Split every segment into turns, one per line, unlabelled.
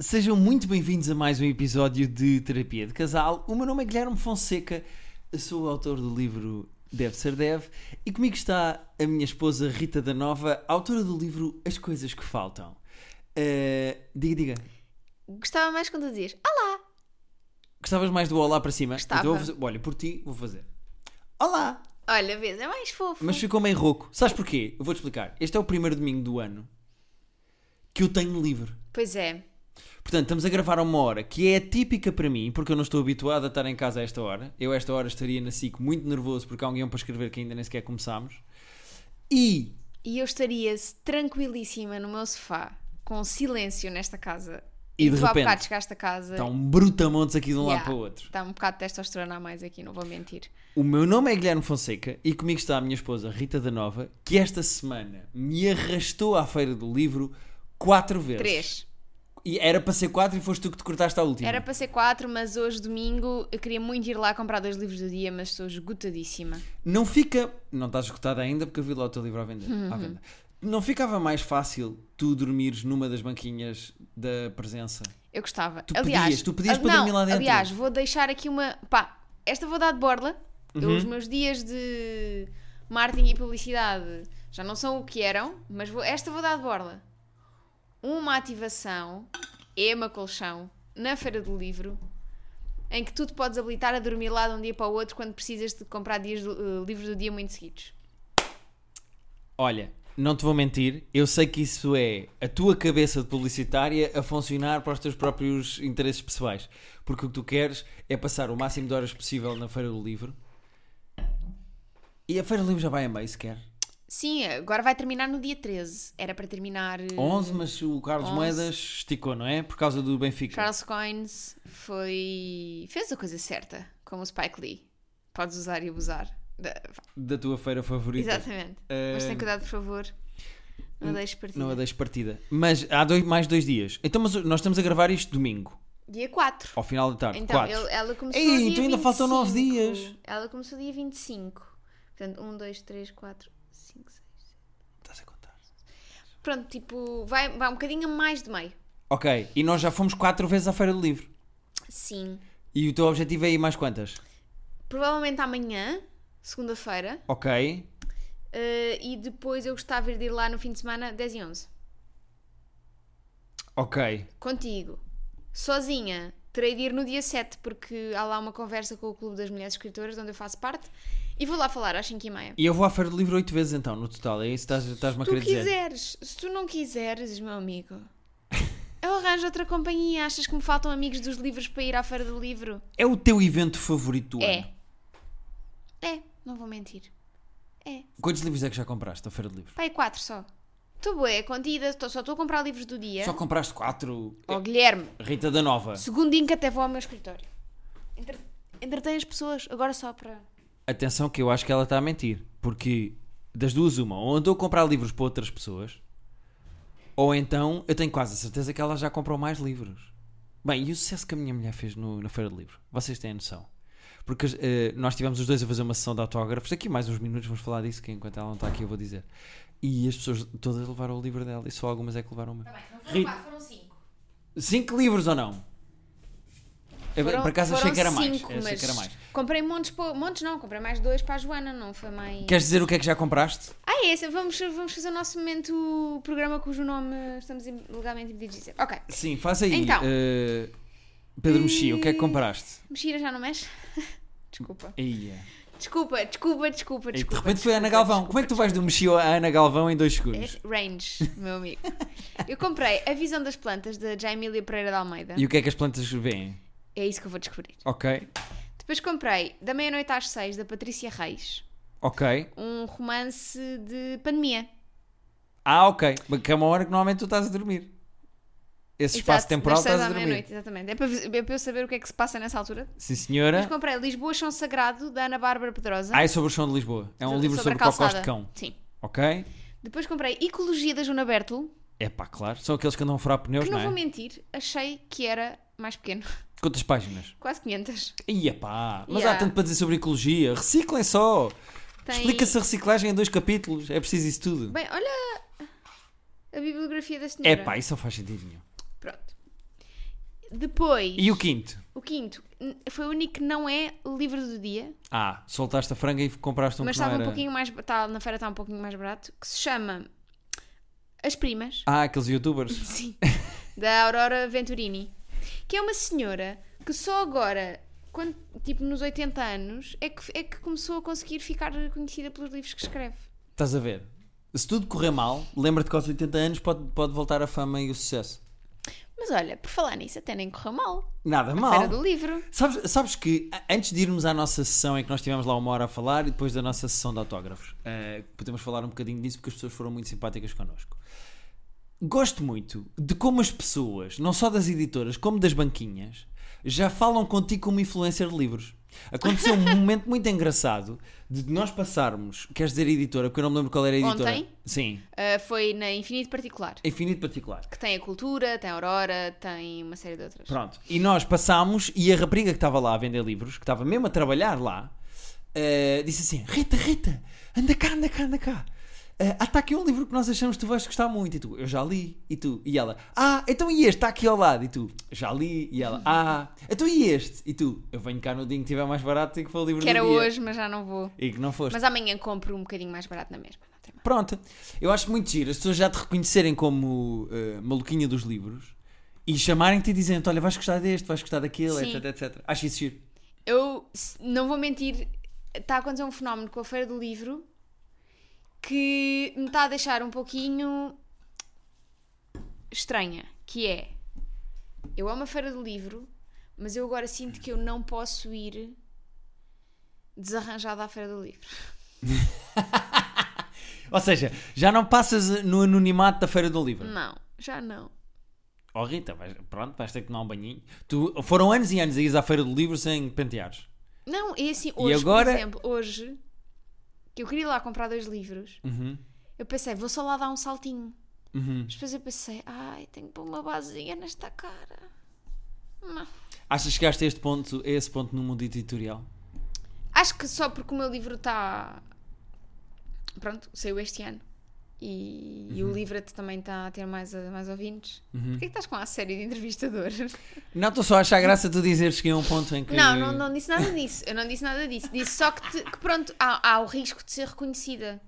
sejam muito bem-vindos a mais um episódio de Terapia de Casal. O meu nome é Guilherme Fonseca, sou o autor do livro Deve Ser Deve e comigo está a minha esposa Rita da Nova, autora do livro As Coisas que Faltam. Eh, diga, diga,
Gostava mais quando "Ah, dizes Olá!
gostavas mais do Olá para cima?
Gostava.
Então eu vou fazer- olha, por ti vou fazer. Olá!
Olha, vês, é mais fofo.
Mas ficou meio rouco. Sabes porquê? Eu vou-te explicar. Este é o primeiro domingo do ano que eu tenho livre.
Pois é.
Portanto, estamos a gravar a uma hora que é típica para mim, porque eu não estou habituado a estar em casa a esta hora. Eu, esta hora, estaria na SIC muito nervoso porque há um guião para escrever que ainda nem sequer começámos. E
E eu estaria tranquilíssima no meu sofá, com silêncio nesta casa.
E de
tu há
repente-
bocado chegaste a casa.
está um brutamontes aqui de um lado para o outro.
Está um bocado de testosterona a mais aqui, não vou mentir.
O meu nome é Guilherme Fonseca e comigo está a minha esposa Rita da Nova, que esta semana me arrastou à feira do livro quatro vezes.
Três.
E era para ser quatro e foste tu que te cortaste à última.
Era para ser quatro, mas hoje, domingo, eu queria muito ir lá comprar dois livros do dia, mas estou esgotadíssima.
Não fica. Não estás esgotada ainda porque eu vi lá o teu livro à venda. à venda. Não ficava mais fácil tu dormires numa das banquinhas da presença?
Eu gostava.
Tu
aliás,
pedias, tu pedias
ah,
para
não,
dormir lá dentro.
Aliás, vou deixar aqui uma. Pá, esta vou dar de borla. Eu,
Uhum.
os meus dias de marketing e publicidade já não são o que eram, mas vou- esta vou dar de borla. Uma ativação, Ema Colchão, na Feira do Livro, em que tu te podes habilitar a dormir lá de um dia para o outro quando precisas de comprar dias do- eh, livros do dia muito seguidos.
Olha, não te vou mentir, eu sei que isso é a tua cabeça de publicitária a funcionar para os teus próprios interesses pessoais. Porque o que tu queres é passar o máximo de horas possível na Feira do Livro. E a Feira do Livro já vai a meio sequer.
Sim, agora vai terminar no dia 13. Era para terminar. eh,
11, mas o Carlos
11.
Moedas esticou, não é? Por causa do Benfica.
Charles Coins foi. fez a coisa certa, como o Spike Lee. Podes usar e abusar. Da-
Da tua feira favorita.
Exatamente. Mas
Eh,
tem cuidado, por favor. Não a deixes partir.
Não a deixo partida. Mas há dois, mais dois dias. Então, mas nós estamos a gravar isto domingo,
Dia 4.
ao final da tarde.
Então,
quatro.
ele- ela começou.
Ei,
dia
então ainda faltam nove
25.
dias.
Ela começou dia 25. Portanto, 1, 2, 3, 4, 5, 6.
Estás a contar?
Pronto, tipo, vai, vai um bocadinho a mais de meio.
Ok, e nós já fomos quatro vezes à Feira do Livro.
Sim.
E o teu objetivo é ir mais quantas?
Provavelmente amanhã, segunda-feira.
Ok.
eh, e depois eu gostava de ir lá no fim de semana, 10 e 11.
Ok.
Contigo. Sozinha. Terei de ir no dia 7, porque há lá uma conversa com o Clube das Mulheres Escritoras, onde eu faço parte, e vou lá falar às 5h30.
E eu vou à Feira do Livro oito vezes então, no total. É isso que estás- estás-me a
Tu
querer dizer.
quiseres, se tu não quiseres, meu amigo, eu arranjo outra companhia. Achas que me faltam amigos dos livros para ir à Feira do Livro?
É o teu evento favorito do
É.
ano?
É, não vou mentir. É.
Quantos livros é que já compraste da Feira do Livro?
Pai, quatro só. Estou boa, contida, tô- só estou a comprar livros do dia.
Só compraste quatro.
Oh, Guilherme,
Rita da Nova.
segundinho que até vou ao meu escritório. Entre... Entretém as pessoas, agora só para.
Atenção que eu acho que ela está a mentir. Porque das duas uma, ou andou a comprar livros para outras pessoas, ou então eu tenho quase a certeza que ela já comprou mais livros. Bem, e o sucesso que a minha mulher fez no- na Feira do Livro? Vocês têm noção? Porque eh, nós tivemos os dois a fazer uma sessão de autógrafos. Daqui mais uns minutos vamos falar disso, que enquanto ela não está aqui eu vou dizer. E as pessoas todas levaram o livro dela e só algumas é que levaram o meu.
não
foram Rita-
quatro, Tá então foram cinco.
Cinco livros ou não? Eu,
Foram-
Por acaso achei
foram
que era mais.
cinco,
Eu achei
mas
que era mais.
Comprei montes, para- montes não, comprei mais dois para a Joana, não foi mais.
Queres dizer o que é que já compraste?
Ah, é, esse, vamos, vamos fazer o nosso momento programa cujo nome estamos im- legalmente impedidos de dizer. Ok,
Sim, faz aí.
Então.
eh, Pedro Mexia, o que é que compraste?
mexira já não mexe? desculpa.
Eia.
Desculpa, desculpa, desculpa,
E de
desculpa. É
repente foi a Ana Galvão. Como é que tu vais do Mexia à Ana Galvão em dois segundos?
Esse- Range, meu amigo. Eu comprei A Visão das Plantas da Jaimília Pereira de Almeida.
E o que é que as plantas veem?
É isso que eu vou descobrir.
Ok,
Depois comprei Da Meia-Noite às Seis da Patrícia Reis,
ok.
um romance de pandemia.
Ah, ok. Mas Que é uma hora que normalmente tu estás a dormir. Esse espaço
Exato,
temporal
das seis
estás a
à
dormir.
meia-noite, exatamente. É para, é para eu saber o que é que se passa nessa altura.
Sim,
Mas
senhora.
comprei Lisboa Chão Sagrado, da Ana Bárbara Pedrosa.
É? Ah, é sobre o chão de Lisboa. É um livro sobre,
a
cocós
calçada.
de cão.
Sim.
Ok?
Depois comprei Ecologia da Juna Bertel,
É pá, claro. São aqueles que andam a furar pneus,
que não
não,
vou
é?
mentir, achei que era mais pequeno.
Quantas páginas?
Quase 500.
Ia pá. Mas há
Yeah.
tanto para dizer sobre ecologia. Reciclem só.
Tem-
Explica-se a reciclagem em dois capítulos. É preciso isso tudo.
Bem, olha a bibliografia da senhora.
É pá, isso não faz sentido nenhum.
Pronto. Depois,
E o quinto?
o quinto n- foi o único que não é livro do dia,
Ah, soltaste a franga e compraste um
mas
que não era...
estava um pouquinho mais. Tá, na feira estava um pouquinho mais barato, que se chama As Primas.
Ah, aqueles youtubers.
Sim. da Aurora Venturini. Que é uma senhora que só agora, quando, tipo nos 80 anos, é que, é que começou a conseguir ficar conhecida pelos livros que escreve.
Estás a ver? Se tudo correr mal, lembra-te que aos 80 anos pode, pode voltar a fama e o sucesso.
Mas olha, por falar nisso, até nem correu mal.
Nada
A Feira
mal.
do livro.
Sabes, sabes que a- antes de irmos à nossa sessão em que nós tivemos lá uma hora a falar e depois da nossa sessão de autógrafos, eh, podemos falar um bocadinho disso porque as pessoas foram muito simpáticas connosco. Gosto muito de como as pessoas, não só das editoras, como das banquinhas, já falam contigo como influencer de livros. Aconteceu um momento muito engraçado de nós passarmos, queres dizer editora, porque eu não me lembro qual era a editora.
Ontem?
Sim,
Ah, foi na Infinito Particular.
Infinito Particular.
Que tem a cultura, tem a Aurora, tem uma série de outras.
Pronto. E nós passámos e a rapariga que estava lá a vender livros, que estava mesmo a trabalhar lá, eh, disse assim: Rita, Rita, anda cá, anda cá, anda cá. Eh, há tá aqui um livro que nós achamos que tu vais gostar muito. E tu, eu já li. E tu, e ela, ah, então e este está aqui ao lado. E tu, já li. E ela, ah, então e este. E tu, eu venho cá no dia em que estiver mais barato e que for o livro
Que
do
era
dia.
hoje, mas já não vou.
E que não foste.
Mas amanhã compro um bocadinho mais barato na mesma. Não tem mal.
Pronto, eu acho muito giro as pessoas já te reconhecerem como eh, maluquinha dos livros e chamarem-te e dizendo: Olha, vais gostar deste, vais gostar daquilo,
Sim.
etc, etc. Acho isso giro.
Eu se- não vou mentir, está a acontecer um fenómeno com a Feira do Livro que me está a deixar um pouquinho estranha, que é eu amo a Feira do Livro, mas eu agora sinto que eu não posso ir desarranjada à Feira do Livro.
Ou seja, já não passas no anonimato da Feira do Livro.
Não, já não.
Oh Rita, vais- pronto, vais ter que tomar um banhinho. Tu, foram anos e anos a ir à Feira do Livro sem penteares.
Não, é assim, hoje,
agora-
por exemplo, hoje, que eu queria ir lá comprar dois livros,
Uhum.
eu pensei, vou só lá dar um saltinho.
Uhum.
Mas depois eu pensei, ai, tenho que pôr uma basezinha nesta cara. Não.
Achas que chegaste a, este ponto, a esse ponto no mundo editorial?
Acho que só porque o meu livro está. Pronto, saiu este ano. E,
Uhum.
e o livro também está a ter mais, mais ouvintes. Porquê que estás com a série de entrevistadores?
Não, estou só a achar graça tu dizeres que é um ponto em que.
Não, não, não disse nada disso. Eu não disse nada disso. Disse só que, te- que pronto, há, há o risco de ser reconhecida.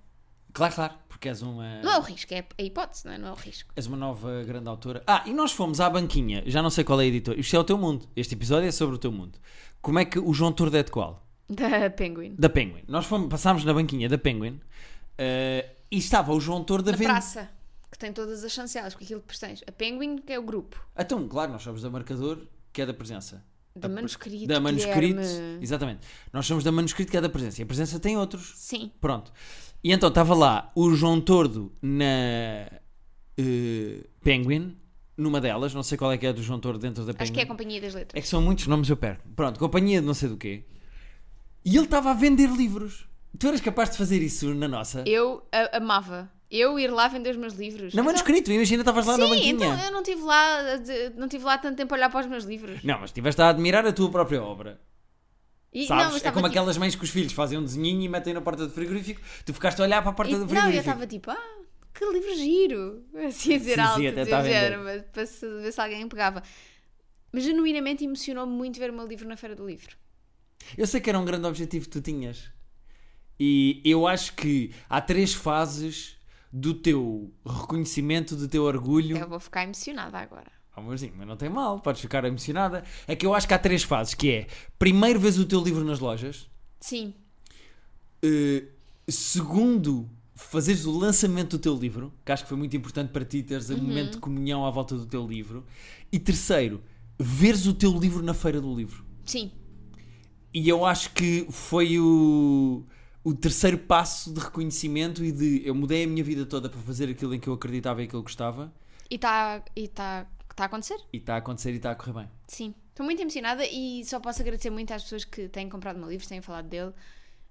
Claro, claro, porque és uma.
Não é o risco, é a hipótese, não é? Não é o risco.
És uma nova grande autora. Ah, e nós fomos à banquinha, já não sei qual é a editora. Isto é o teu mundo. Este episódio é sobre o teu mundo. Como é que o João Turdo é de qual?
Da Penguin.
Da Penguin. Nós fomos, passámos na banquinha da Penguin eh, e estava o João Turdo a
Na
vender.
praça, que tem todas as chancelas, com aquilo que pertens. A Penguin, que é o grupo.
Então, claro, nós somos da marcador, que é da presença.
Da manuscrito.
da manuscrito.
Guilherme.
Exatamente. Nós somos da manuscrito, que é da presença. E a presença tem outros.
Sim.
Pronto. E então estava lá o João Tordo na eh, Penguin, numa delas. Não sei qual é que é a do João Tordo dentro da Penguin.
Acho que é a Companhia das Letras.
É que são muitos nomes, eu perco. Pronto, companhia de não sei do quê. E ele estava a vender livros. Tu eras capaz de fazer isso na nossa?
Eu a- amava. Eu ir lá vender os meus livros.
Na
Então-
manuscrito, imagina, estavas lá na
Sim,
banquinha.
então eu não tive lá, de- não tive lá tanto tempo a olhar para os meus livros.
Não, mas estiveste a admirar a tua própria obra.
E,
Sabes?
não, mas
é
estava
como
tipo-
aquelas mães que os filhos fazem um desenhinho e metem na porta do frigorífico. Tu ficaste a olhar para a porta
e-
do
Não, eu
frigorífico.
estava tipo, ah, que livro giro. Assim a dizer
Sim, sim,
alto,
até
dizer
está a vender.
género, mas para se- ver se alguém pegava. Mas genuinamente emocionou-me muito ver o meu livro na Feira do Livro.
Eu sei que era um grande objetivo que tu tinhas. E eu acho que há três fases do teu reconhecimento, do teu orgulho.
Eu vou ficar emocionada agora.
Amorzinho, mas não tem mal, podes ficar emocionada. É que eu acho que há três fases, que é primeiro vês o teu livro nas lojas,
Sim,
eh, segundo fazeres o lançamento do teu livro, que acho que foi muito importante para ti teres um momento de comunhão à volta do teu livro, e terceiro, veres o teu livro na feira do livro.
sim.
E eu acho que foi o, o terceiro passo de reconhecimento e de eu mudei a minha vida toda para fazer aquilo em que eu acreditava e aquilo que gostava,
E está e tá, tá a acontecer?
e está a acontecer e está a correr bem.
Sim, estou muito emocionada e só posso agradecer muito às pessoas que têm comprado o meu livro, têm falado dele.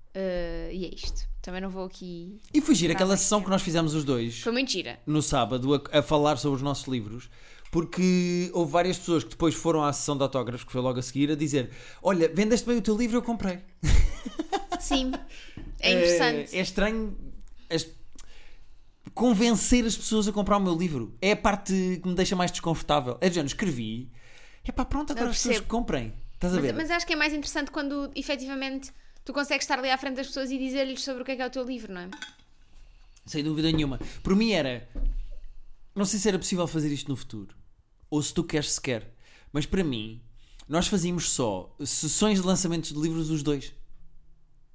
Uh, e é isto. Também não vou aqui.
E fugir aquela
bem.
sessão que nós fizemos os dois.
Foi muito gira.
no sábado a, a falar sobre os nossos livros, porque houve várias pessoas que depois foram à sessão de autógrafos, que foi logo a seguir, a dizer: Olha, vendeste bem o teu livro, eu comprei.
Sim, é interessante.
É, é estranho as- convencer as pessoas a comprar o meu livro. É a parte que me deixa mais desconfortável. É do género, escrevi. É pá, pronto, agora
Eu
as pessoas
percebo.
comprem. Estás a
Mas,
ver?
mas acho que é mais interessante quando efetivamente tu consegues estar ali à frente das pessoas e dizer-lhes sobre o que é que é o teu livro, não é?
Sem dúvida nenhuma. Por mim era. Não sei se era possível fazer isto no futuro. Ou se tu queres sequer. Mas para mim, nós fazíamos só sessões de lançamentos de livros dos dois.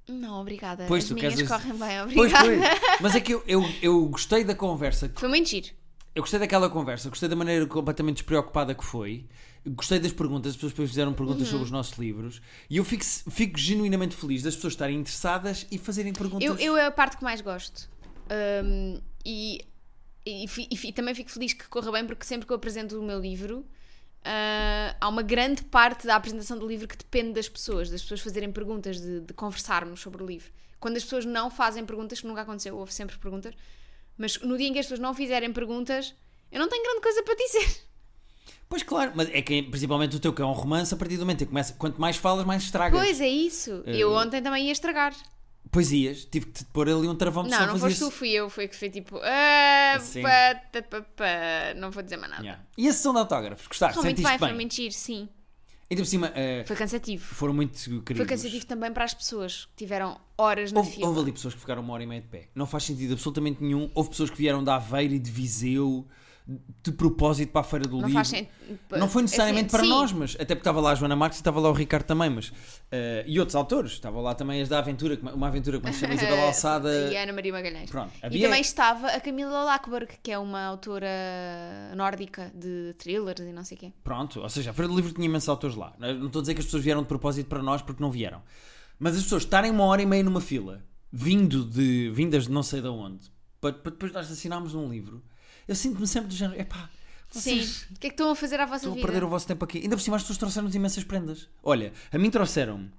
Não, obrigada.
Pois,
As
tu
minhas
queres-
correm bem,
Pois,
obrigada.
pois. Mas é que eu, eu, eu gostei da conversa.
Foi muito giro.
Eu gostei daquela conversa. Gostei da maneira completamente despreocupada que foi. Gostei das perguntas. As pessoas depois fizeram perguntas
Uhum.
sobre os nossos livros. E eu fico, fico genuinamente feliz das pessoas estarem interessadas e fazerem perguntas.
Eu, eu é a parte que mais gosto. Hum, e, e, fi- e fi- também fico feliz que corra bem, porque sempre que eu apresento o meu livro, ah, há uma grande parte da apresentação do livro que depende das pessoas, das pessoas fazerem perguntas, de, de conversarmos sobre o livro. Quando as pessoas não fazem perguntas, que nunca aconteceu, houve sempre perguntas, mas no dia em que as pessoas não fizerem perguntas, eu não tenho grande coisa para dizer.
Pois claro, mas é que principalmente o teu que é um romance, a partir do momento em que começa, quanto mais falas, mais estragas.
Pois é isso. Eu ontem também ia estragar.
Pois ias, tive que te pôr ali um travão porque
Não,
senão
não
fazias-
foste tu, fui eu, foi que foi tipo. ah,
Assim.
pá, tá, pá, pá, não vou dizer mais nada.
Yeah. E a sessão de autógrafos, gostaste?
Foi
Ah,
muito
Sentiste
bem,
bem?
foi muito giro, sim.
Ainda por cima, eh,
Foi cansativo.
foram muito queridos.
Foi cansativo também para as pessoas que tiveram horas na
Houve,
fila.
houve ali pessoas que ficaram uma hora e meia de pé. Não faz sentido absolutamente nenhum. Houve pessoas que vieram de Aveiro e de Viseu de propósito para a Feira do
não
Livro.
faz sentido.
Não foi necessariamente
Assim,
para
sim.
nós, mas até porque estava lá a Joana Marques e estava lá o Ricardo também, mas eh, e outros autores, estavam lá também as da Aventura, como- uma aventura como se chama Isabel Alçada.
E a Ana Maria Magalhães.
Pronto,
E
havia-
também estava a Camila Lackberg, que é uma autora nórdica de thrillers e não sei o quê.
Pronto, ou seja, a Feira do Livro tinha imensos autores lá. Eu Não estou a dizer que as pessoas vieram de propósito para nós porque não vieram. Mas as pessoas estarem uma hora e meia numa fila, vindo de, vindas de não sei de onde, para, para depois nós assinarmos um livro, eu sinto-me sempre do género, epá, vocês
Sim. O que é que estão a fazer à vossa
estão a
vida?
perder o vosso tempo aqui. Ainda por cima as pessoas trouxeram-nos imensas prendas. Olha, a mim trouxeram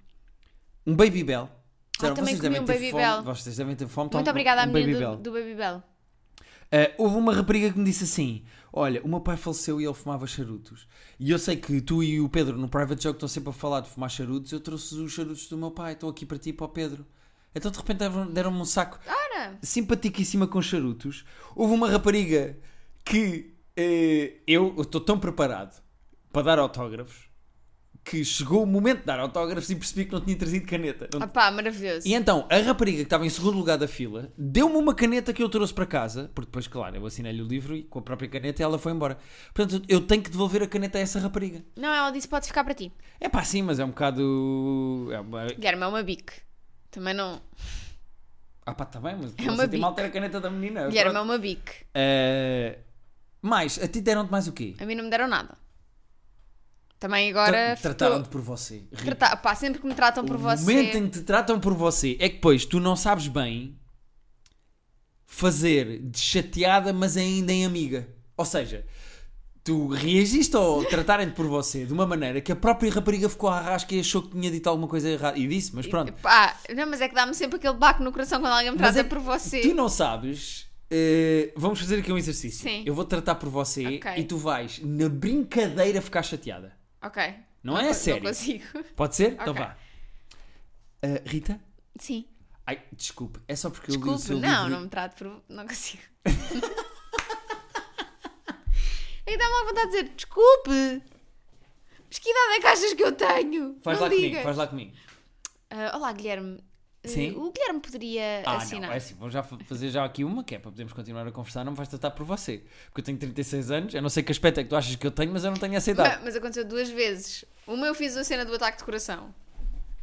um Baby Bell. Disseram,
também
"Vocês
comi
devem
um
ter
Baby
fome,
Bell."
Vocês devem ter fome.
Muito
tomem
obrigada à
um
menina
Baby
do-
Bell.
do, Baby Bell.
Ah, houve uma rapariga que me disse assim: Olha, o meu pai faleceu e ele fumava charutos. E eu sei que tu e o Pedro no private joke estão sempre a falar de fumar charutos. Eu trouxe os charutos do meu pai, estou aqui para ti e para o Pedro. Então de repente deram- deram-me um saco
Ora!
simpaticíssima com charutos. Houve uma rapariga que eh, eu eu estou tão preparado para dar autógrafos que chegou o momento de dar autógrafos e percebi que não tinha trazido caneta. Não-
Opá, maravilhoso.
e então, a rapariga que estava em segundo lugar da fila deu-me uma caneta que eu trouxe para casa, porque depois, claro, eu assinei-lhe o livro e com a própria caneta ela foi embora. Portanto, eu tenho que devolver a caneta a essa rapariga.
Não, ela disse pode ficar para ti.
É pá, sim, mas é um bocado. É uma...
Guilherme, é uma bique. Também não.
Ah pá, está bem, mas
É
não
uma
senti mal
bica.
ter a caneta da menina.
Guilherme, é
Pronto.
uma bique.
Eh, mais, a ti deram-te mais o quê?
A mim não me deram nada. Também
Tra-
agora.
Trataram-te por você.
fico- Trata- pá, sempre que me tratam por
o
você.
momento em que te tratam por você é que depois tu não sabes bem fazer de chateada, mas ainda em amiga. Ou seja, tu reagiste ao tratarem-te por você de uma maneira que a própria rapariga ficou à rasca e achou que tinha dito alguma coisa errada. E disse, mas pronto.
Pá, não, mas é que dá-me sempre aquele baco no coração quando alguém me
Mas
trata
é que
por você.
Tu não sabes. eh, vamos fazer aqui um exercício.
Sim.
Eu vou tratar por você
Ok.
e tu vais, na brincadeira, ficar chateada.
Ok.
Não é
co-
sério.
Não consigo.
Pode ser? Então
Ok.
vá. Eh, Rita?
Sim.
Ai, desculpe. É só porque eu li o
Desculpe,
seu
não,
livro e-
não me trato por. Não consigo. é que dá-me logo vontade de dizer: desculpe. Mas que idade é que achas que eu tenho?
Faz
não
lá
diga.
comigo, faz lá comigo.
Ah, olá, Guilherme. Ah,
Sim?
o Guilherme poderia
Ah,
assinar.
não, é assim, vou já fa- fazer já aqui uma que é para podermos continuar a conversar, não me vais tratar por você. Porque eu tenho 36 anos, eu não sei que aspecto é que tu achas que eu tenho, mas eu não tenho essa idade.
Ma- Mas aconteceu duas vezes. Uma eu fiz a cena do ataque de coração.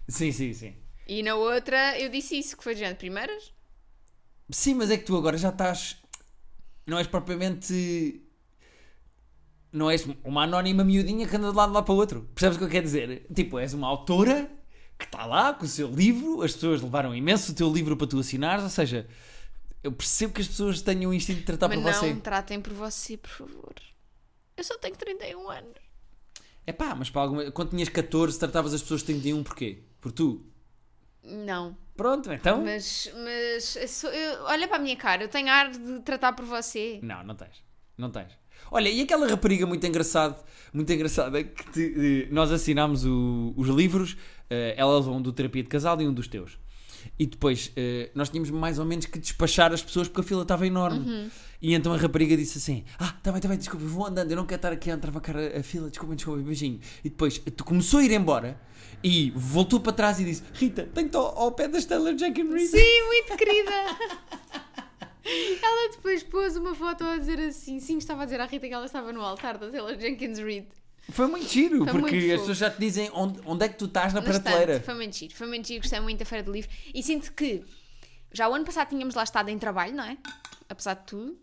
Sim, sim, sim.
E na outra eu disse isso, que foi de primeiras.
Sim, mas é que tu agora já estás. Não és propriamente. Não és uma anónima miudinha que anda de lado lá para o outro. Percebes o que eu quero dizer? Tipo, és uma autora que está lá com o seu livro, as pessoas levaram imenso o teu livro para tu assinares, ou seja, eu percebo que as pessoas tenham o instinto de tratar
mas
Tá por
não
você.
me tratem por você, por favor. Eu só tenho 31 anos.
É pá, mas para alguma. Quando tinhas 14, tratavas as pessoas de 31 porquê? Por tu?
Não,
Pronto, então.
mas, mas eu sou- eu- olha para a minha cara, eu tenho ar de tratar por você.
Não, não tens. Não tens. Olha, e aquela rapariga muito engraçada, muito engraçada que te- eh, nós assinámos o- os livros, eh, ela levou um do terapia de casal e um dos teus. E depois eh, nós tínhamos mais ou menos que despachar as pessoas porque a fila estava enorme.
Uhum.
E então a rapariga disse assim: Ah, tá bem, tá bem, desculpa, vou andando, eu não quero estar aqui a entravacar a, a fila, desculpa, desculpa, beijinho. E depois eh, tu começou a ir embora e voltou para trás e disse: Rita, tenho-te ao, ao pé da Stella Jack and Rita.
Sim, muito querida! Ela depois pôs uma foto a dizer assim: sim, estava a dizer à Rita que ela estava no altar da Taylor Jenkins Reid.
Foi muito giro,
Foi
porque
muito fofo.
as pessoas já te dizem onde, onde é que tu estás na
Mas
prateleira.
tanto, Foi muito giro, foi muito giro, gostei muito da Feira do Livro. E sinto que já o ano passado tínhamos lá estado em trabalho, não é? Apesar de tudo.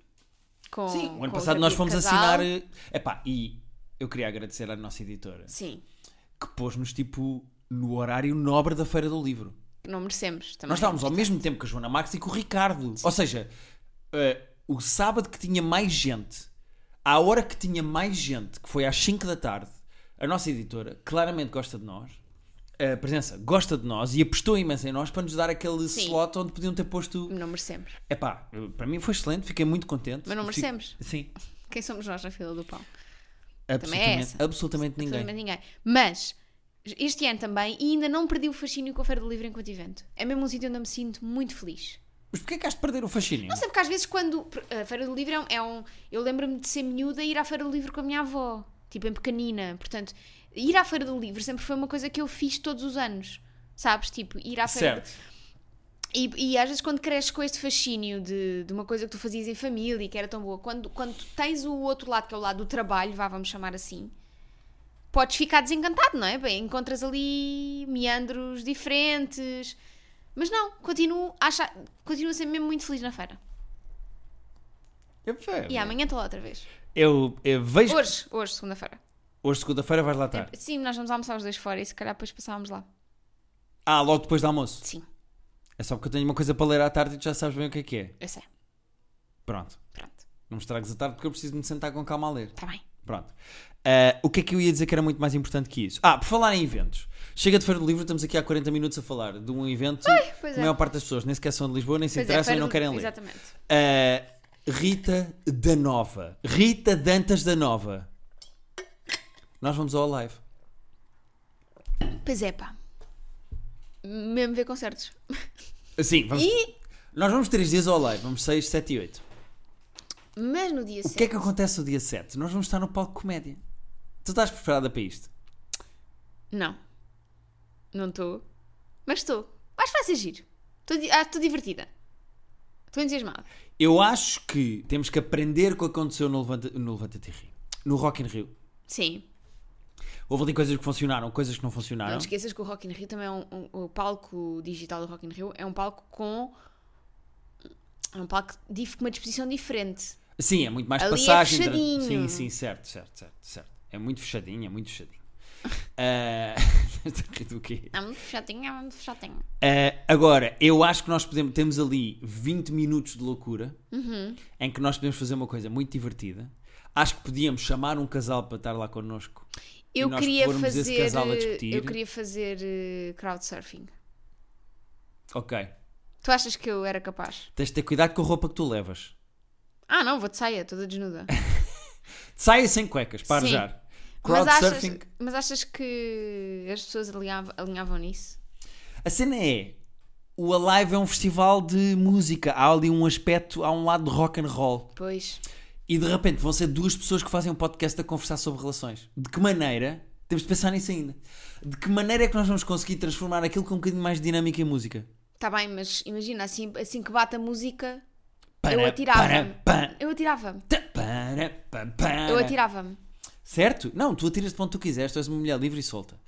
Com,
Sim, o
com
ano passado
terapia
nós
de
fomos
casal.
assinar. eh, Epá, e eu queria agradecer à nossa editora
Sim,
que pôs-nos tipo no horário nobre da Feira do Livro.
não merecemos também.
Nós estávamos ao mesmo tempo que a Joana Marques e com o Ricardo. Ou seja, eh, o sábado que tinha mais gente, à hora que tinha mais gente, que foi às 5 da tarde, a nossa editora claramente gosta de nós. A presença gosta de nós e apostou imenso em nós para nos dar aquele
Sim.
slot onde podiam ter posto.
Não merecemos.
Epá, para mim foi excelente, fiquei muito contente.
Mas não
Fico-
merecemos.
Sim,
Quem somos nós na fila do pão? Também é
absolutamente,
essa.
absolutamente ninguém.
Absolutamente ninguém. Mas este ano também, e ainda não perdi o fascínio com a Feira do Livro enquanto evento. É mesmo um sítio onde eu me sinto muito feliz.
Mas porquê é que has de perder o fascínio?
Não sei, porque às vezes quando. A Feira do Livro é um. é um- eu lembro-me de ser miúda e ir à Feira do Livro com a minha avó, tipo em pequenina. Portanto, ir à Feira do Livro sempre foi uma coisa que eu fiz todos os anos. Sabes? Tipo, ir à Feira. do-
certo.
E, e às vezes quando cresces com este fascínio de, de uma coisa que tu fazias em família e que era tão boa, quando, quando tu tens o outro lado, que é o lado do trabalho, vá, vamos chamar assim, podes ficar desencantado, não é? Bem, encontras ali meandros diferentes. Mas não, continuo a, achar, continuo a ser mesmo muito feliz na feira. E
É.
amanhã estou lá outra vez.
Eu, eu vejo. Hoje,
Hoje, hoje, segunda-feira. Tipo,
segunda-feira, vais lá estar.
Sim, nós vamos almoçar os dois fora e se calhar depois passávamos lá.
Ah, logo depois do almoço.
Sim,
É só porque eu tenho uma coisa para ler à tarde e tu já sabes bem o que é que é.
eu sei.
Pronto.
Pronto,
Não me estragues a tarde porque eu preciso me sentar com calma a ler.
está bem.
Pronto. Ah, o que é que eu ia dizer que era muito mais importante que isso? Ah, por falar em eventos. Chega de Feira do Livro, estamos aqui há 40 minutos a falar de um evento que
Pois
a
é.
maior parte das pessoas nem sequer são de Lisboa, nem se
Pois é,
interessam e
Feira
não
do-
querem ler.
Exatamente.
Ah, Rita da Nova. Rita Dantas da Nova. Nós vamos ao live.
Pois é, pá. Mesmo ver concertos.
Sim, vamos. Nós vamos 3 dias ao live, vamos 6, 7 e 8.
Mas no
O que
dia
é
seguinte.
que acontece no dia 7? Nós vamos estar no palco de comédia. Tu estás preparada para isto?
Não. Não estou. Mas estou. Mas vai ser giro. Estou di- ah, estou divertida. Estou entusiasmada.
Eu acho que temos que aprender com o que aconteceu no Levanta, no Levanta Rio. No Rock in Rio.
Sim.
Houve ali coisas que funcionaram, coisas que Ah, não
Não
funcionaram.
te esqueças que o Rock in Rio também é um, um- O palco digital do Rock in Rio é um palco com. É um palco dif- com uma disposição diferente.
Sim, é muito mais
Ali é
passagem. entre-
fechadinho.
Sim, sim, certo, certo, certo, certo. É muito fechadinho, é muito fechadinho. Ah, estás a rir do quê?
É muito fechadinho, é muito fechadinho.
Uh, agora, eu acho que nós podemos, temos ali 20 minutos de loucura
Uhum.
em que nós podemos fazer uma coisa muito divertida. Acho que podíamos chamar um casal para estar lá connosco. E
Eu
nós
queria
pormos esse
fazer.
casal a
eh,
discutir.
Eu queria fazer eh, crowdsurfing.
Ok.
Tu achas que eu era capaz?
Tens de ter cuidado com a roupa que tu levas.
Ah, não, vou de saia, toda desnuda.
Saia sem cuecas, para
Sim.
já.
Mas achas,
Crowdsurfing.
mas achas que as pessoas alinhavam, alinhavam nisso?
A cena é. O Alive é um festival de música. Há ali um aspecto, há um lado de rock and roll.
Pois.
E de repente vão ser duas pessoas que fazem um podcast a conversar sobre relações. De que maneira? Temos de pensar nisso ainda. De que maneira é que nós vamos conseguir transformar aquilo com um bocadinho mais de dinâmica em música?
Está Tá bem, mas imagina, assim, assim que bate a música, eu
Para,
atirava-me.
para,
Eu atirava-me.
ta, para, pa, para.
Eu atirava-me.
Certo? Não, tu atiras de ponto que tu quiseres, tu és uma mulher livre e solta.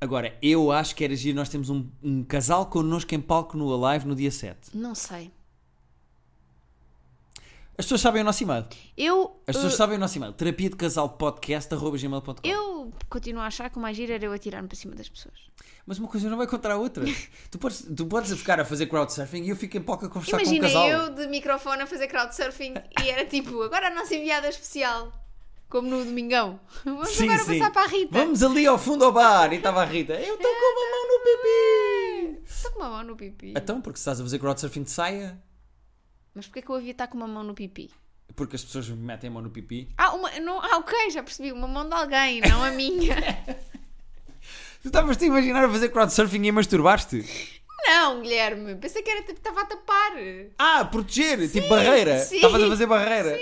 Agora, eu acho que era giro, nós temos um, um casal connosco em palco no Alive no dia 7.
Não sei.
As pessoas sabem o nosso e-mail.
Eu, eh,
As pessoas sabem o nosso e-mail. Terapia de casal podcast, arroba gmail.com.
eu continuo a achar que o mais giro era eu atirar-me para cima das pessoas.
Mas uma coisa não vai contra a outra. tu, podes, tu podes ficar a fazer crowdsurfing e eu fico em palco a conversar
Imagina
com um casal.
eu de microfone a fazer crowdsurfing e era tipo, agora a nossa enviada especial. Como no Domingão. Vamos
Sim,
agora
sim.
passar para a Rita.
Vamos ali ao fundo ao bar. E estava a Rita. Eu estou com uma mão no pipi.
Estou com uma mão no pipi.
Então, porque se estás a fazer crowdsurfing de saia,
Mas porquê que eu havia estar com uma mão no pipi?
porque as pessoas me metem a mão no pipi.
Ah, uma, não, ah, ok, já percebi. Uma mão de alguém, não a minha.
Tu estavas-te a imaginar a fazer crowdsurfing e a masturbar-te.
Não, Guilherme, pensei que era tipo, estava a tapar.
Ah, proteger! tipo barreira!
sim,
Estavas a fazer barreira!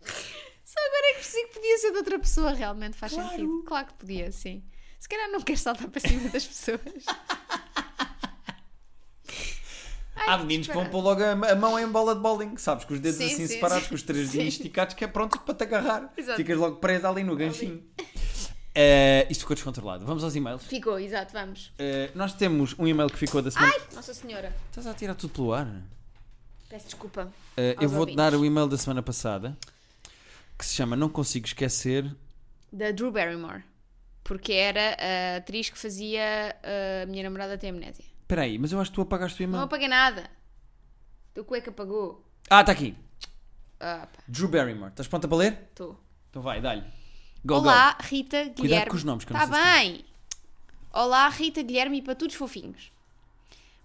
Só agora é que percebi que podia ser de outra pessoa, realmente faz
Claro.
sentido. Claro que podia, sim. Se calhar não queres saltar para cima das pessoas. Ai,
Há meninos que vão
disparate.
pôr logo a, a mão em bola de bowling, sabes? Com os dedos
Sim,
assim
sim,
separados,
sim.
com os três dedinhos
Sim.
esticados, que é pronto para te agarrar.
Exato.
Ficas logo presa ali no ganchinho. Eh, isto ficou descontrolado. Vamos aos e-mails.
Ficou, exato, vamos.
Eh, nós temos um e-mail que ficou da semana.
Nossa Senhora,
Estás a tirar tudo pelo ar?
peço desculpa.
Eh, eu
Aos
vou-te
ouvintes.
dar o e-mail da semana passada que se chama Não Consigo Esquecer.
Da Drew Barrymore. Porque era a atriz que fazia uh, a minha namorada ter amnésia.
Espera aí, mas eu acho que tu apagaste o
Não,
e-mail.
apaguei nada. Do cueca apagou.
Ah, está aqui.
Ah, pá,
Drew Barrymore. Estás pronta para ler?
tô.
Então vai, dá-lhe. Go,
Olá, Rita, Guilherme.
com os nomes, que eu não
Tá
sei se
bem. Olá, Rita, Guilherme e para todos fofinhos.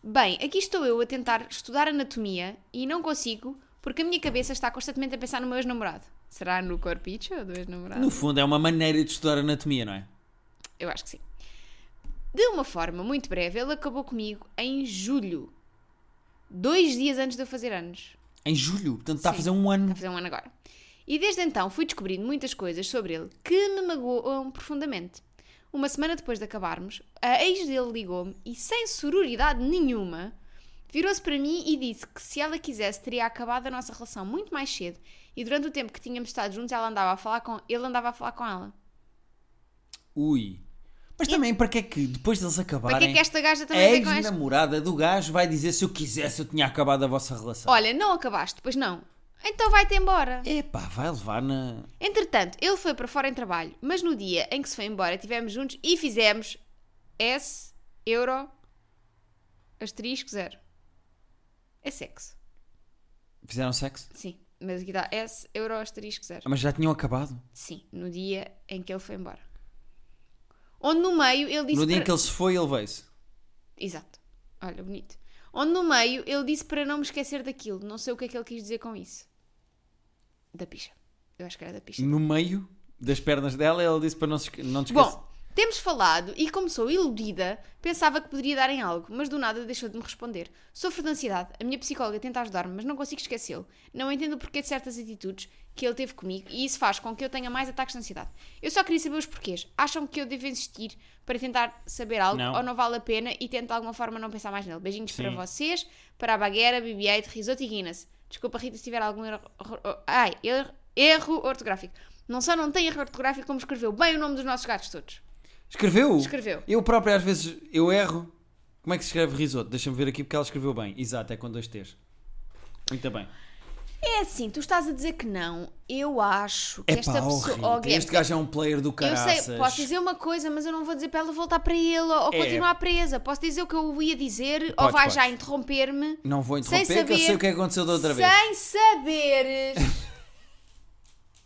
Bem, aqui estou eu a tentar estudar anatomia e não consigo porque a minha cabeça está constantemente a pensar no meu ex-namorado. Será no corpicho ou do
go.
ex-namorado?
No fundo, é uma maneira de estudar anatomia, não é?
Eu acho que sim. De uma forma muito breve, ele acabou comigo em julho. Dois dias antes de eu fazer anos.
Em julho, portanto está a
Sim.
fazer um ano.
Está a fazer um ano agora. E desde então fui descobrindo muitas coisas sobre ele que me magoam profundamente. Uma semana depois de acabarmos, a ex dele ligou-me e, sem sororidade nenhuma, virou-se para mim e disse que se ela quisesse teria acabado a nossa relação muito mais cedo e durante o tempo que tínhamos estado juntos ela andava a falar com ele andava a falar com ela.
Ui. Mas também, para que é que depois deles acabarem,
Para que é que esta gaja
a
também tem com esta?
ex-namorada do gajo vai dizer se eu quisesse eu tinha acabado a vossa relação?
Olha, não acabaste, pois não. Então vai-te embora.
Epá, vai levar na...
Entretanto, ele foi para fora em trabalho, mas no dia em que se foi embora, estivemos juntos e fizemos S, euro, asterisco, zero. É sexo.
Fizeram sexo? Ah,
Sim, mas aqui está S, euro, asterisco, zero.
Mas já tinham acabado?
Sim, no dia em que ele foi embora. Onde no meio ele disse.
no dia
para-
em que ele se foi, ele veio-se.
Exato. Olha, bonito. Onde no meio ele disse para não me esquecer daquilo. Não sei o que é que ele quis dizer com isso. Da picha. Eu acho que era da picha.
No meio das pernas dela, ele disse para não, se esque- não te esquecer.
Bom, temos falado e como sou iludida, pensava que poderia dar em algo, mas do nada deixou de me responder. Sofro de ansiedade, a minha psicóloga tenta ajudar-me, mas não consigo esquecê-lo. Não entendo o porquê de certas atitudes que ele teve comigo e isso faz com que eu tenha mais ataques de ansiedade. Eu só queria saber os porquês. Acham que eu devo insistir para tentar saber algo
Não.
ou não vale a pena e tento de alguma forma não pensar mais nele? Beijinhos
Sim.
para vocês, para a Baguera, BB-8, risoto e Guinness. Desculpa, Rita, se tiver algum erro, erro- ai, erro, erro ortográfico. Não só não tem erro ortográfico, como escreveu bem o nome dos nossos gatos todos.
Escreveu?
Escreveu.
Eu próprio às vezes, eu erro. Como é que se escreve risoto? Deixa-me ver aqui porque ela escreveu bem. Exato, é com dois T's. Muito bem.
É assim, tu estás a dizer que não. Eu acho que
Epá,
esta
oh,
pessoa.
Rita,
Oh, Guilherme,
este gajo é um player do
eu
caraças.
sei, posso dizer uma coisa, mas eu não vou dizer para ela voltar para ele ou
É.
continuar presa. Posso dizer o que eu ia dizer
Podes,
ou vai
podes.
já interromper-me
Não vou
Sem
interromper, que eu
saber-
sei o que aconteceu da outra vez.
sem saberes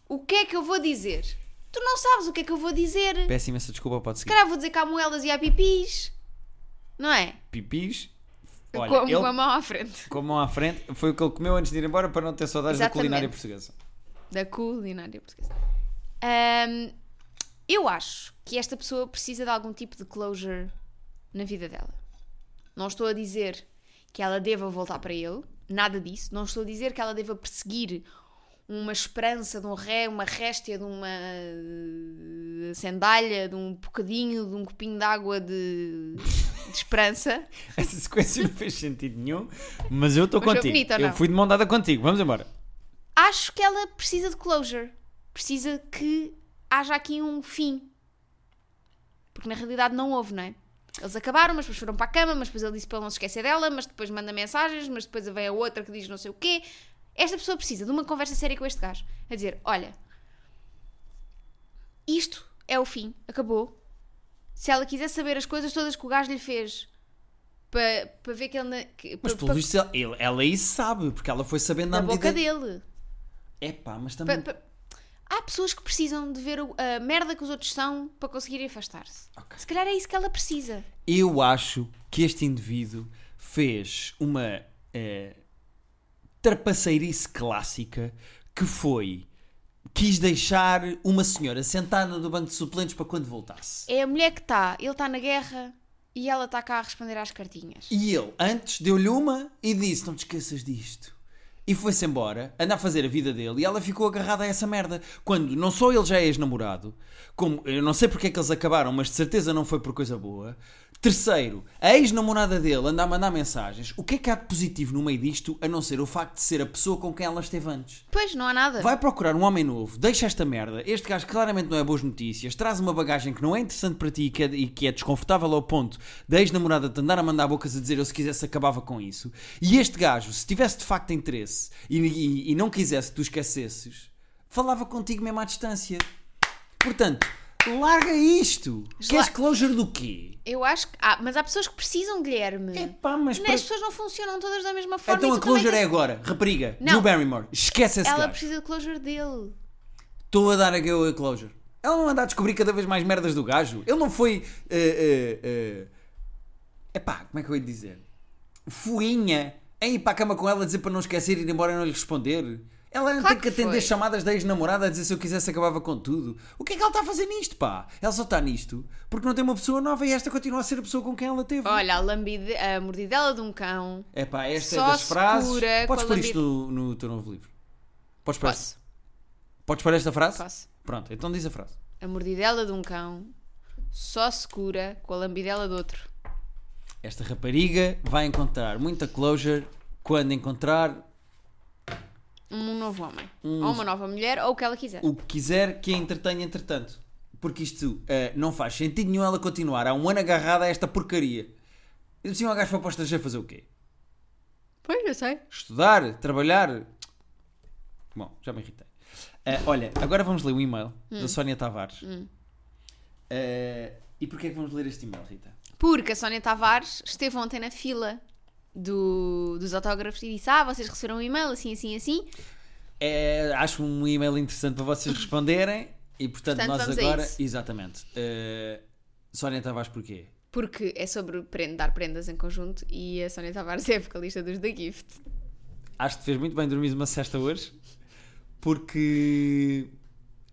o que é que eu vou dizer. Tu não sabes o que é que eu vou dizer. Se
Peço imensa desculpa, pode seguir.
calhar vou dizer que há moelas e há pipis. Não é?
Pipis.
Com-
Olha,
com,
ele, com,
a mão à frente.
a mão à frente, foi o que ele comeu antes de ir embora para não ter saudades da
Exatamente.
culinária portuguesa.
Da culinária portuguesa. Ahm, eu acho que esta pessoa precisa de algum tipo de closure na vida dela. Não estou a dizer que ela deva voltar para ele, nada disso. Não estou a dizer que ela deva perseguir uma esperança de um ré, uma réstia, de uma eh, sandália, de um bocadinho, de um copinho de água de, de esperança.
Essa sequência não fez sentido nenhum, mas eu estou
Mas foi
contigo.
bonito, ou
eu
não?
fui de mão dada contigo, vamos embora.
Acho que ela precisa de closure. Precisa que haja aqui um fim. Porque na realidade não houve, não é? Eles acabaram, mas depois foram para a cama, mas depois ele disse para ele não se esquecer dela, mas depois manda mensagens, mas depois vem a outra que diz não sei o quê. Esta pessoa precisa de uma conversa séria com este gajo. A dizer, olha, isto é o fim, acabou. Se ela quiser saber as coisas todas que o gajo lhe fez para, para ver que ele... na- que-
Mas
para-
pelo
para-
visto, ele- ela aí sabe, porque ela foi sabendo
na
à
boca
medida.
dele.
Epá, mas
Pa-
também.
pa- Há pessoas que precisam de ver o- a merda que os outros são para conseguirem afastar-se.
Ok.
Se calhar é isso que ela precisa.
Eu acho que este indivíduo fez uma eh, trapaceirice clássica que foi. Quis deixar uma senhora sentada no banco de suplentes para quando voltasse.
É a mulher que está, tá, ele está na guerra, E ela está cá a responder às cartinhas.
E ele, antes, deu-lhe uma e disse: Não te esqueças disto. E foi-se embora, anda a fazer a vida dele e ela ficou agarrada a essa merda. Quando não só ele já é ex-namorado, como eu não sei porque é que eles acabaram, mas de certeza não foi por coisa boa. Terceiro, a ex-namorada dele anda a mandar mensagens. O que é que há de positivo no meio disto a não ser o facto de ser a pessoa com quem ela esteve antes?
Pois, não há nada.
Vai procurar um homem novo, deixa esta merda. Este gajo claramente não é boas notícias, traz uma bagagem que não é interessante para ti e que é, e que é desconfortável ao ponto da ex-namorada te andar a mandar bocas a dizer eu se quisesse acabava com isso. E este gajo, se tivesse de facto interesse e, e- e não quisesse que tu esquecesses, falava contigo mesmo à distância. Portanto, larga isto. Queres closure do quê?
Eu acho que. Ah, mas há pessoas que precisam, Guilherme.
Epá, mas
Não,
para-
As pessoas não funcionam todas da mesma forma.
Então
e
a
tu também
closure é
tens-
agora. Rapariga,
Não.
Drew Barrymore, esquece esse
Ela
gajo.
precisa de closure dele.
Estou a dar a Gail a closure. Ela não anda a descobrir cada vez mais merdas do gajo. Ele não foi. eh, eh, eh, Epá, como é que eu ia dizer? Fuinha em ir para a cama com ela dizer para não esquecer e ir embora e não lhe responder. Ela não
Claro
tem que
que
atender
foi.
chamadas da ex-namorada a dizer se eu quisesse acabava com tudo. O que é que ela está a fazer nisto, pá? Ela só está nisto porque não tem uma pessoa nova e esta continua a ser a pessoa com quem ela teve.
Olha, a, lambide... a mordidela de um cão.
Epá, esta
Só
é das
se
frases.
cura
Podes
com a
pôr
lambi-
isto no, no teu novo livro. Podes pôr,
Posso,
Podes pôr esta frase?
posso.
Pronto, então diz a frase.
A mordidela de um cão só se cura com a lambidela de outro.
Esta rapariga vai encontrar muita closure quando encontrar
Um novo homem.
Hum.
Ou uma nova mulher, ou o que ela quiser.
o que quiser que a entretenha entretanto. Porque isto eh, não faz sentido nenhum ela continuar há um ano agarrada a esta porcaria. E se um gajo foi para o estrangeiro fazer o quê?
Pois, eu sei.
Estudar? Trabalhar? Bom, já me irritei. Eh, olha, agora vamos ler o e-mail da Sónia Tavares. Eh, e porquê é que vamos ler este e-mail, Rita?
Porque a Sónia Tavares esteve ontem na fila do- dos autógrafos e disse: Ah, vocês receberam um e-mail assim, assim, assim.
É, acho um e-mail interessante para vocês responderem e portanto,
Portanto,
nós
vamos a
agora.
isso.
Exatamente. Eh, Sónia Tavares porquê?
Porque é sobre prende- dar prendas em conjunto e a Sónia Tavares é a vocalista dos The Gift.
É Acho que te fez muito bem dormir uma cesta hoje porque.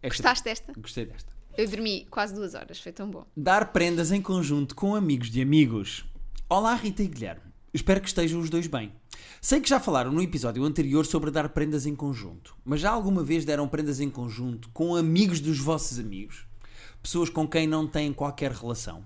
esta-
Gostaste desta?
Gostei desta.
Eu dormi quase duas horas, foi tão bom.
Dar prendas em conjunto com amigos de amigos. Olá, Rita e Guilherme. Espero que estejam os dois bem. Sei que já falaram no episódio anterior sobre dar prendas em conjunto, mas já alguma vez deram prendas em conjunto com amigos dos vossos amigos? Pessoas com quem não têm qualquer relação?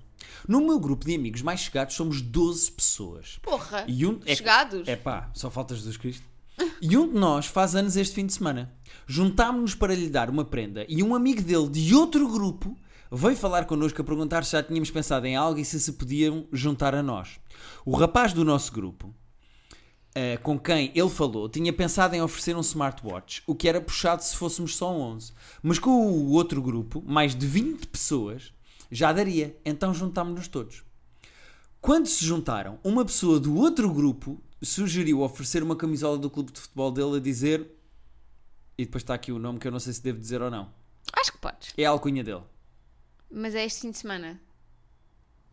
No meu grupo de amigos mais chegados somos 12 pessoas.
Porra!
E um, é-
Chegados?
É pá, só falta Jesus Cristo. E um de nós faz anos este fim de semana. Juntámos-nos para lhe dar uma prenda e um amigo dele de outro grupo veio falar connosco a perguntar se já tínhamos pensado em algo e se se podiam juntar a nós. O rapaz do nosso grupo, eh, com quem ele falou, tinha pensado em oferecer um smartwatch, o que era puxado se fôssemos só 11. Mas com o outro grupo, mais de 20 pessoas, já daria. Então juntámos-nos todos. Quando se juntaram, uma pessoa do outro grupo sugeriu oferecer uma camisola do clube de futebol dele a dizer. E depois está aqui o nome que eu não sei se devo dizer ou não.
Acho que podes.
É a alcunha dele.
Mas é este fim de semana.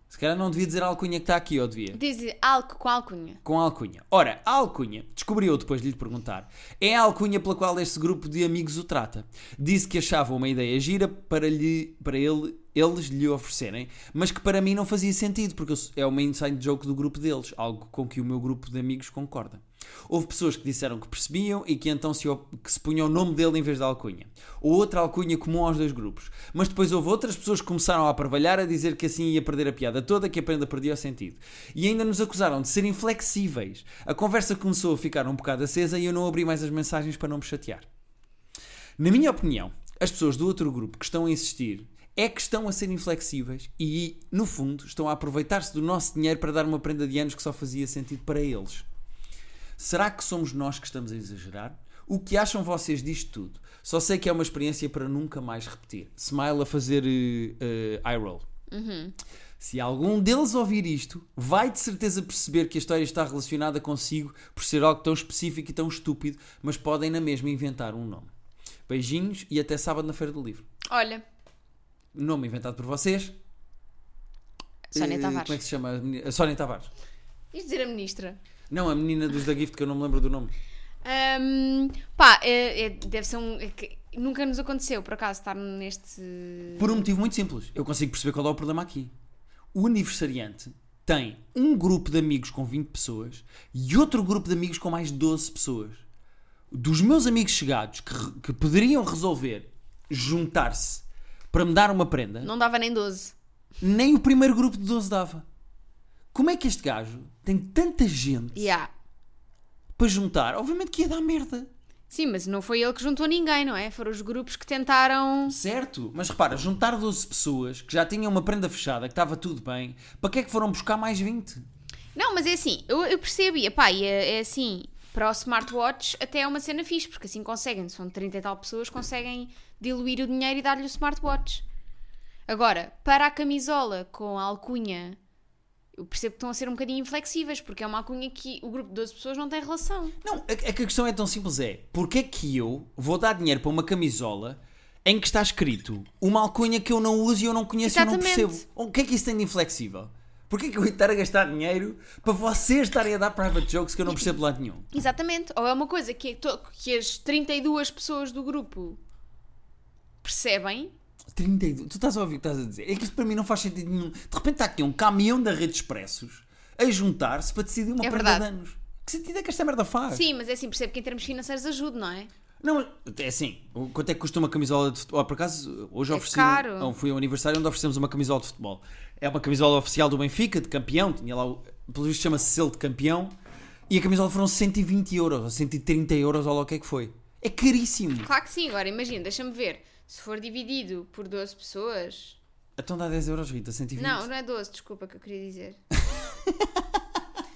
Se calhar não devia dizer a alcunha que está aqui, ou devia?
Diz algo com alcunha.
Com a alcunha. Ora, a alcunha, descobriu depois de lhe perguntar, é a alcunha pela qual este grupo de amigos o trata. Disse que achava uma ideia gira para, lhe, para ele, eles lhe oferecerem, mas que para mim não fazia sentido, porque eu sou- é uma inside joke do grupo deles, algo com que o meu grupo de amigos concorda. Houve pessoas que disseram que percebiam e que então se, op- que se punha o nome dele em vez da alcunha. Ou outra alcunha comum aos dois grupos. Mas depois houve outras pessoas que começaram a aparvalhar a dizer que assim ia perder a piada toda, que a prenda perdia o sentido. E ainda nos acusaram de ser inflexíveis. A conversa começou a ficar um bocado acesa e eu não abri mais as mensagens para não me chatear. Na minha opinião, as pessoas do outro grupo que estão a insistir é que estão a ser inflexíveis e, no fundo, estão a aproveitar-se do nosso dinheiro para dar uma prenda de anos que só fazia sentido para eles. Será que somos nós que estamos a exagerar? O que acham vocês disto tudo? Só sei que é uma experiência para nunca mais repetir. Smile a fazer eh, eh, eye roll.
Uhum.
Se algum deles ouvir isto, vai de certeza perceber que a história está relacionada consigo por ser algo tão específico e tão estúpido, mas podem na mesma inventar um nome. Beijinhos e até sábado na Feira do Livro.
Olha,
Nome inventado por vocês.
Sónia
Eh,
Tavares.
Como é que se chama? a menina? A Sónia Tavares.
Isto dizer a ministra.
Não, a menina dos da Gift, que eu não me lembro do nome.
Hum, pá, é- é- deve ser um. é que nunca nos aconteceu, por acaso, estar neste.
Por um motivo muito simples. Eu consigo perceber qual é o problema aqui. O aniversariante tem um grupo de amigos com 20 pessoas e outro grupo de amigos com mais de 12 pessoas. Dos meus amigos chegados que, re- que poderiam resolver juntar-se para me dar uma prenda,
Não dava nem 12.
nem o primeiro grupo de 12 dava. Como é que este gajo tem tanta gente
Yeah.
para juntar? Obviamente que ia dar merda.
Sim, mas não foi ele que juntou ninguém, não é? Foram os grupos que tentaram.
Certo, mas repara, juntar 12 pessoas que já tinham uma prenda fechada, que estava tudo bem, para que é que foram buscar mais 20?
Não, mas é assim, eu, eu percebo, e epá, e é, é assim, para o smartwatch até é uma cena fixe, porque assim conseguem, são 30 e tal pessoas, conseguem diluir o dinheiro e dar-lhe o smartwatch. Agora, para a camisola com a alcunha, eu percebo que estão a ser um bocadinho inflexíveis, porque é uma alcunha que o grupo de 12 pessoas não tem relação.
Não, é é que a questão é tão simples é, porque é que eu vou dar dinheiro para uma camisola em que está escrito uma alcunha que eu não uso e eu não conheço e eu não
Exatamente.
percebo? O que é que isso tem de inflexível? Porquê é que eu ia estar a gastar dinheiro para vocês estarem a dar private jokes que eu não percebo de lado nenhum?
Exatamente, ou é uma coisa que, to- que as 32 pessoas do grupo percebem,
32. Tu estás a ouvir o que estás a dizer? É que isto para mim não faz sentido nenhum. De repente está aqui um caminhão da Rede Expressos a juntar-se para decidir uma
É
prenda
verdade.
de anos. Que sentido é que esta merda faz?
sim, mas é assim, percebo que em termos financeiros ajuda, não é?
Não, mas é assim. o- Quanto é que custa uma camisola de futebol? Ah, por acaso, hoje
É
ofereci.
caro.
Não, fui a um aniversário onde oferecemos uma camisola de futebol. É uma camisola oficial do Benfica, de campeão. Tinha lá, o- pelo visto, chama-se selo de campeão. E a camisola foram 120 euros ou 130 euros, ou lá o que é que foi. É caríssimo.
Claro que sim, agora imagina, deixa-me ver. Se for dividido por 12 pessoas.
Então dá 10 euros, Rita, 120.
Não, não é 12, desculpa que eu queria dizer.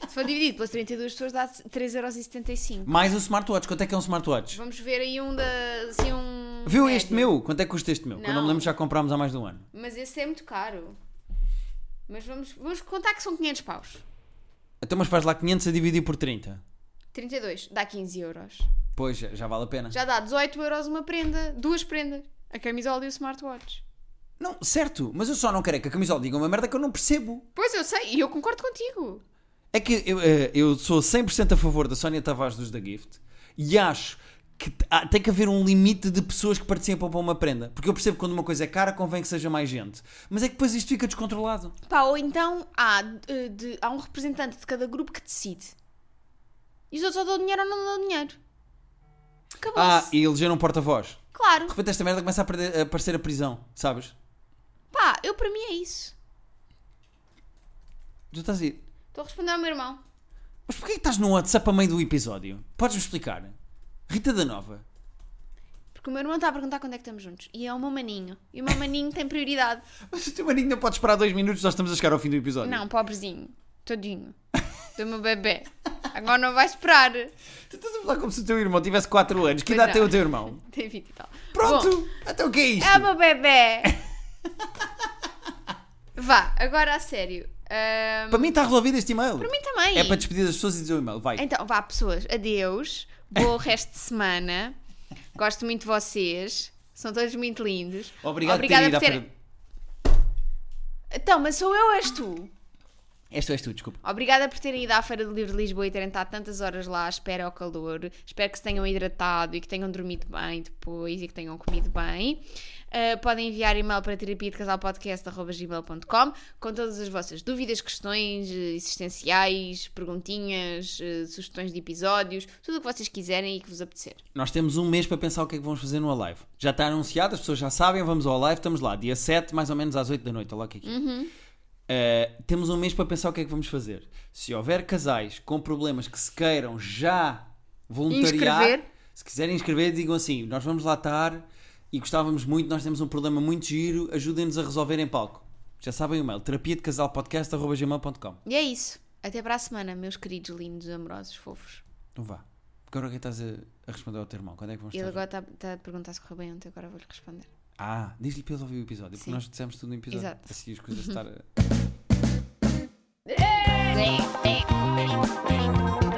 Se for dividido pelas 32 pessoas, dá 3,75€.
Mais um smartwatch. Quanto é que é um smartwatch?
Vamos ver aí um da. Assim, um.
Viu
médio.
este meu? Quanto é que custa este meu? Que eu não me
Não.
lembro, já comprámos há mais de um ano.
Mas esse é muito caro. Mas vamos, vamos contar que são 500 paus.
Então, mas faz lá 500 a dividir por 30.
32, dá 15 euros.
Pois, já já vale a pena.
Já dá 18 euros uma prenda, duas prendas. A camisola e o smartwatch.
Não, certo, mas eu só não quero é que a camisola diga uma merda que eu não percebo.
Pois eu sei, e eu concordo contigo.
É que eu, eh, eu sou 100% a favor da Sónia Tavares dos Da Gift e acho que t- há- tem que haver um limite de pessoas que participam para uma prenda. Porque eu percebo que quando uma coisa é cara, convém que seja mais gente. Mas é que depois isto fica descontrolado.
Pá, ou então há, eh, de- há um representante de cada grupo que decide. E os outros ou dão dinheiro ou não dão dinheiro.
Ah,
Acabou-se.
e eleger um porta-voz.
Claro.
De repente esta merda começa a, perder- a aparecer a prisão, sabes?
Pá, eu para mim é isso.
Tu estás aí.
Estou a responder ao meu irmão.
Mas porquê que estás no WhatsApp a meio do episódio? Podes-me explicar? Rita da Nova.
Porque o meu irmão está a perguntar quando é que estamos juntos. E é o meu maninho. E o meu maninho tem prioridade.
Mas o teu maninho não pode esperar dois minutos, nós estamos a chegar ao fim do episódio.
Não, pobrezinho. Todinho. Do meu bebê. Agora não vai esperar.
Tu estás a falar como se o teu irmão tivesse 4 anos. Que idade
não.
tem o teu irmão?
Tem 20 e tal.
Pronto!
é. Bom,
Até o que é isto?
é o meu bebê. Vá, agora a sério. Ahm,
Para mim está resolvido este e-mail.
para mim também.
É para despedir as pessoas e dizer o e-mail. Vai.
Então, vá, pessoas, adeus. Bom resto de semana. Gosto muito de vocês. São todos muito lindos.
Obrigado
Obrigada
por ter ido à
terem- Então, mas sou eu, és tu.
feira. Esta és tu, é desculpa.
Obrigada por terem ido à Feira do Livro de Lisboa e terem estado tantas horas lá à espera ao calor. Espero que se tenham hidratado e que tenham dormido bem depois e que tenham comido bem. Uh, podem enviar e-mail para terapia de com todas as vossas dúvidas, questões eh, existenciais, perguntinhas, eh, sugestões de episódios, tudo o que vocês quiserem e que vos apetecer.
Nós temos um mês para pensar o que é que vamos fazer no Alive. Já está anunciado, as pessoas já sabem, vamos ao Alive, estamos lá, dia 7, mais ou menos às 8 da noite, olha lá o que é que é.
Uhum.
Uh, temos um mês para pensar o que é que vamos fazer. Se houver casais com problemas que se queiram já voluntariar,
Inscrever.
se quiserem inscrever, digam assim: nós vamos lá estar e gostávamos muito, nós temos um problema muito giro, ajudem-nos a resolver em palco. Já sabem o e-mail, terapia de casal
E é isso. Até para a semana, meus queridos lindos, amorosos, fofos.
Não vá. Agora o que é que estás a, a responder ao teu irmão? Quando é que vamos
Ele
estar
agora está está a perguntar se correu bem ontem, agora vou-lhe responder.
Ah, diz-lhe para ele ouvir o episódio, porque
Sim.
nós dissemos tudo no episódio.
Exato.
Assim as coisas estar. a-
Bleh, bleh, bleh.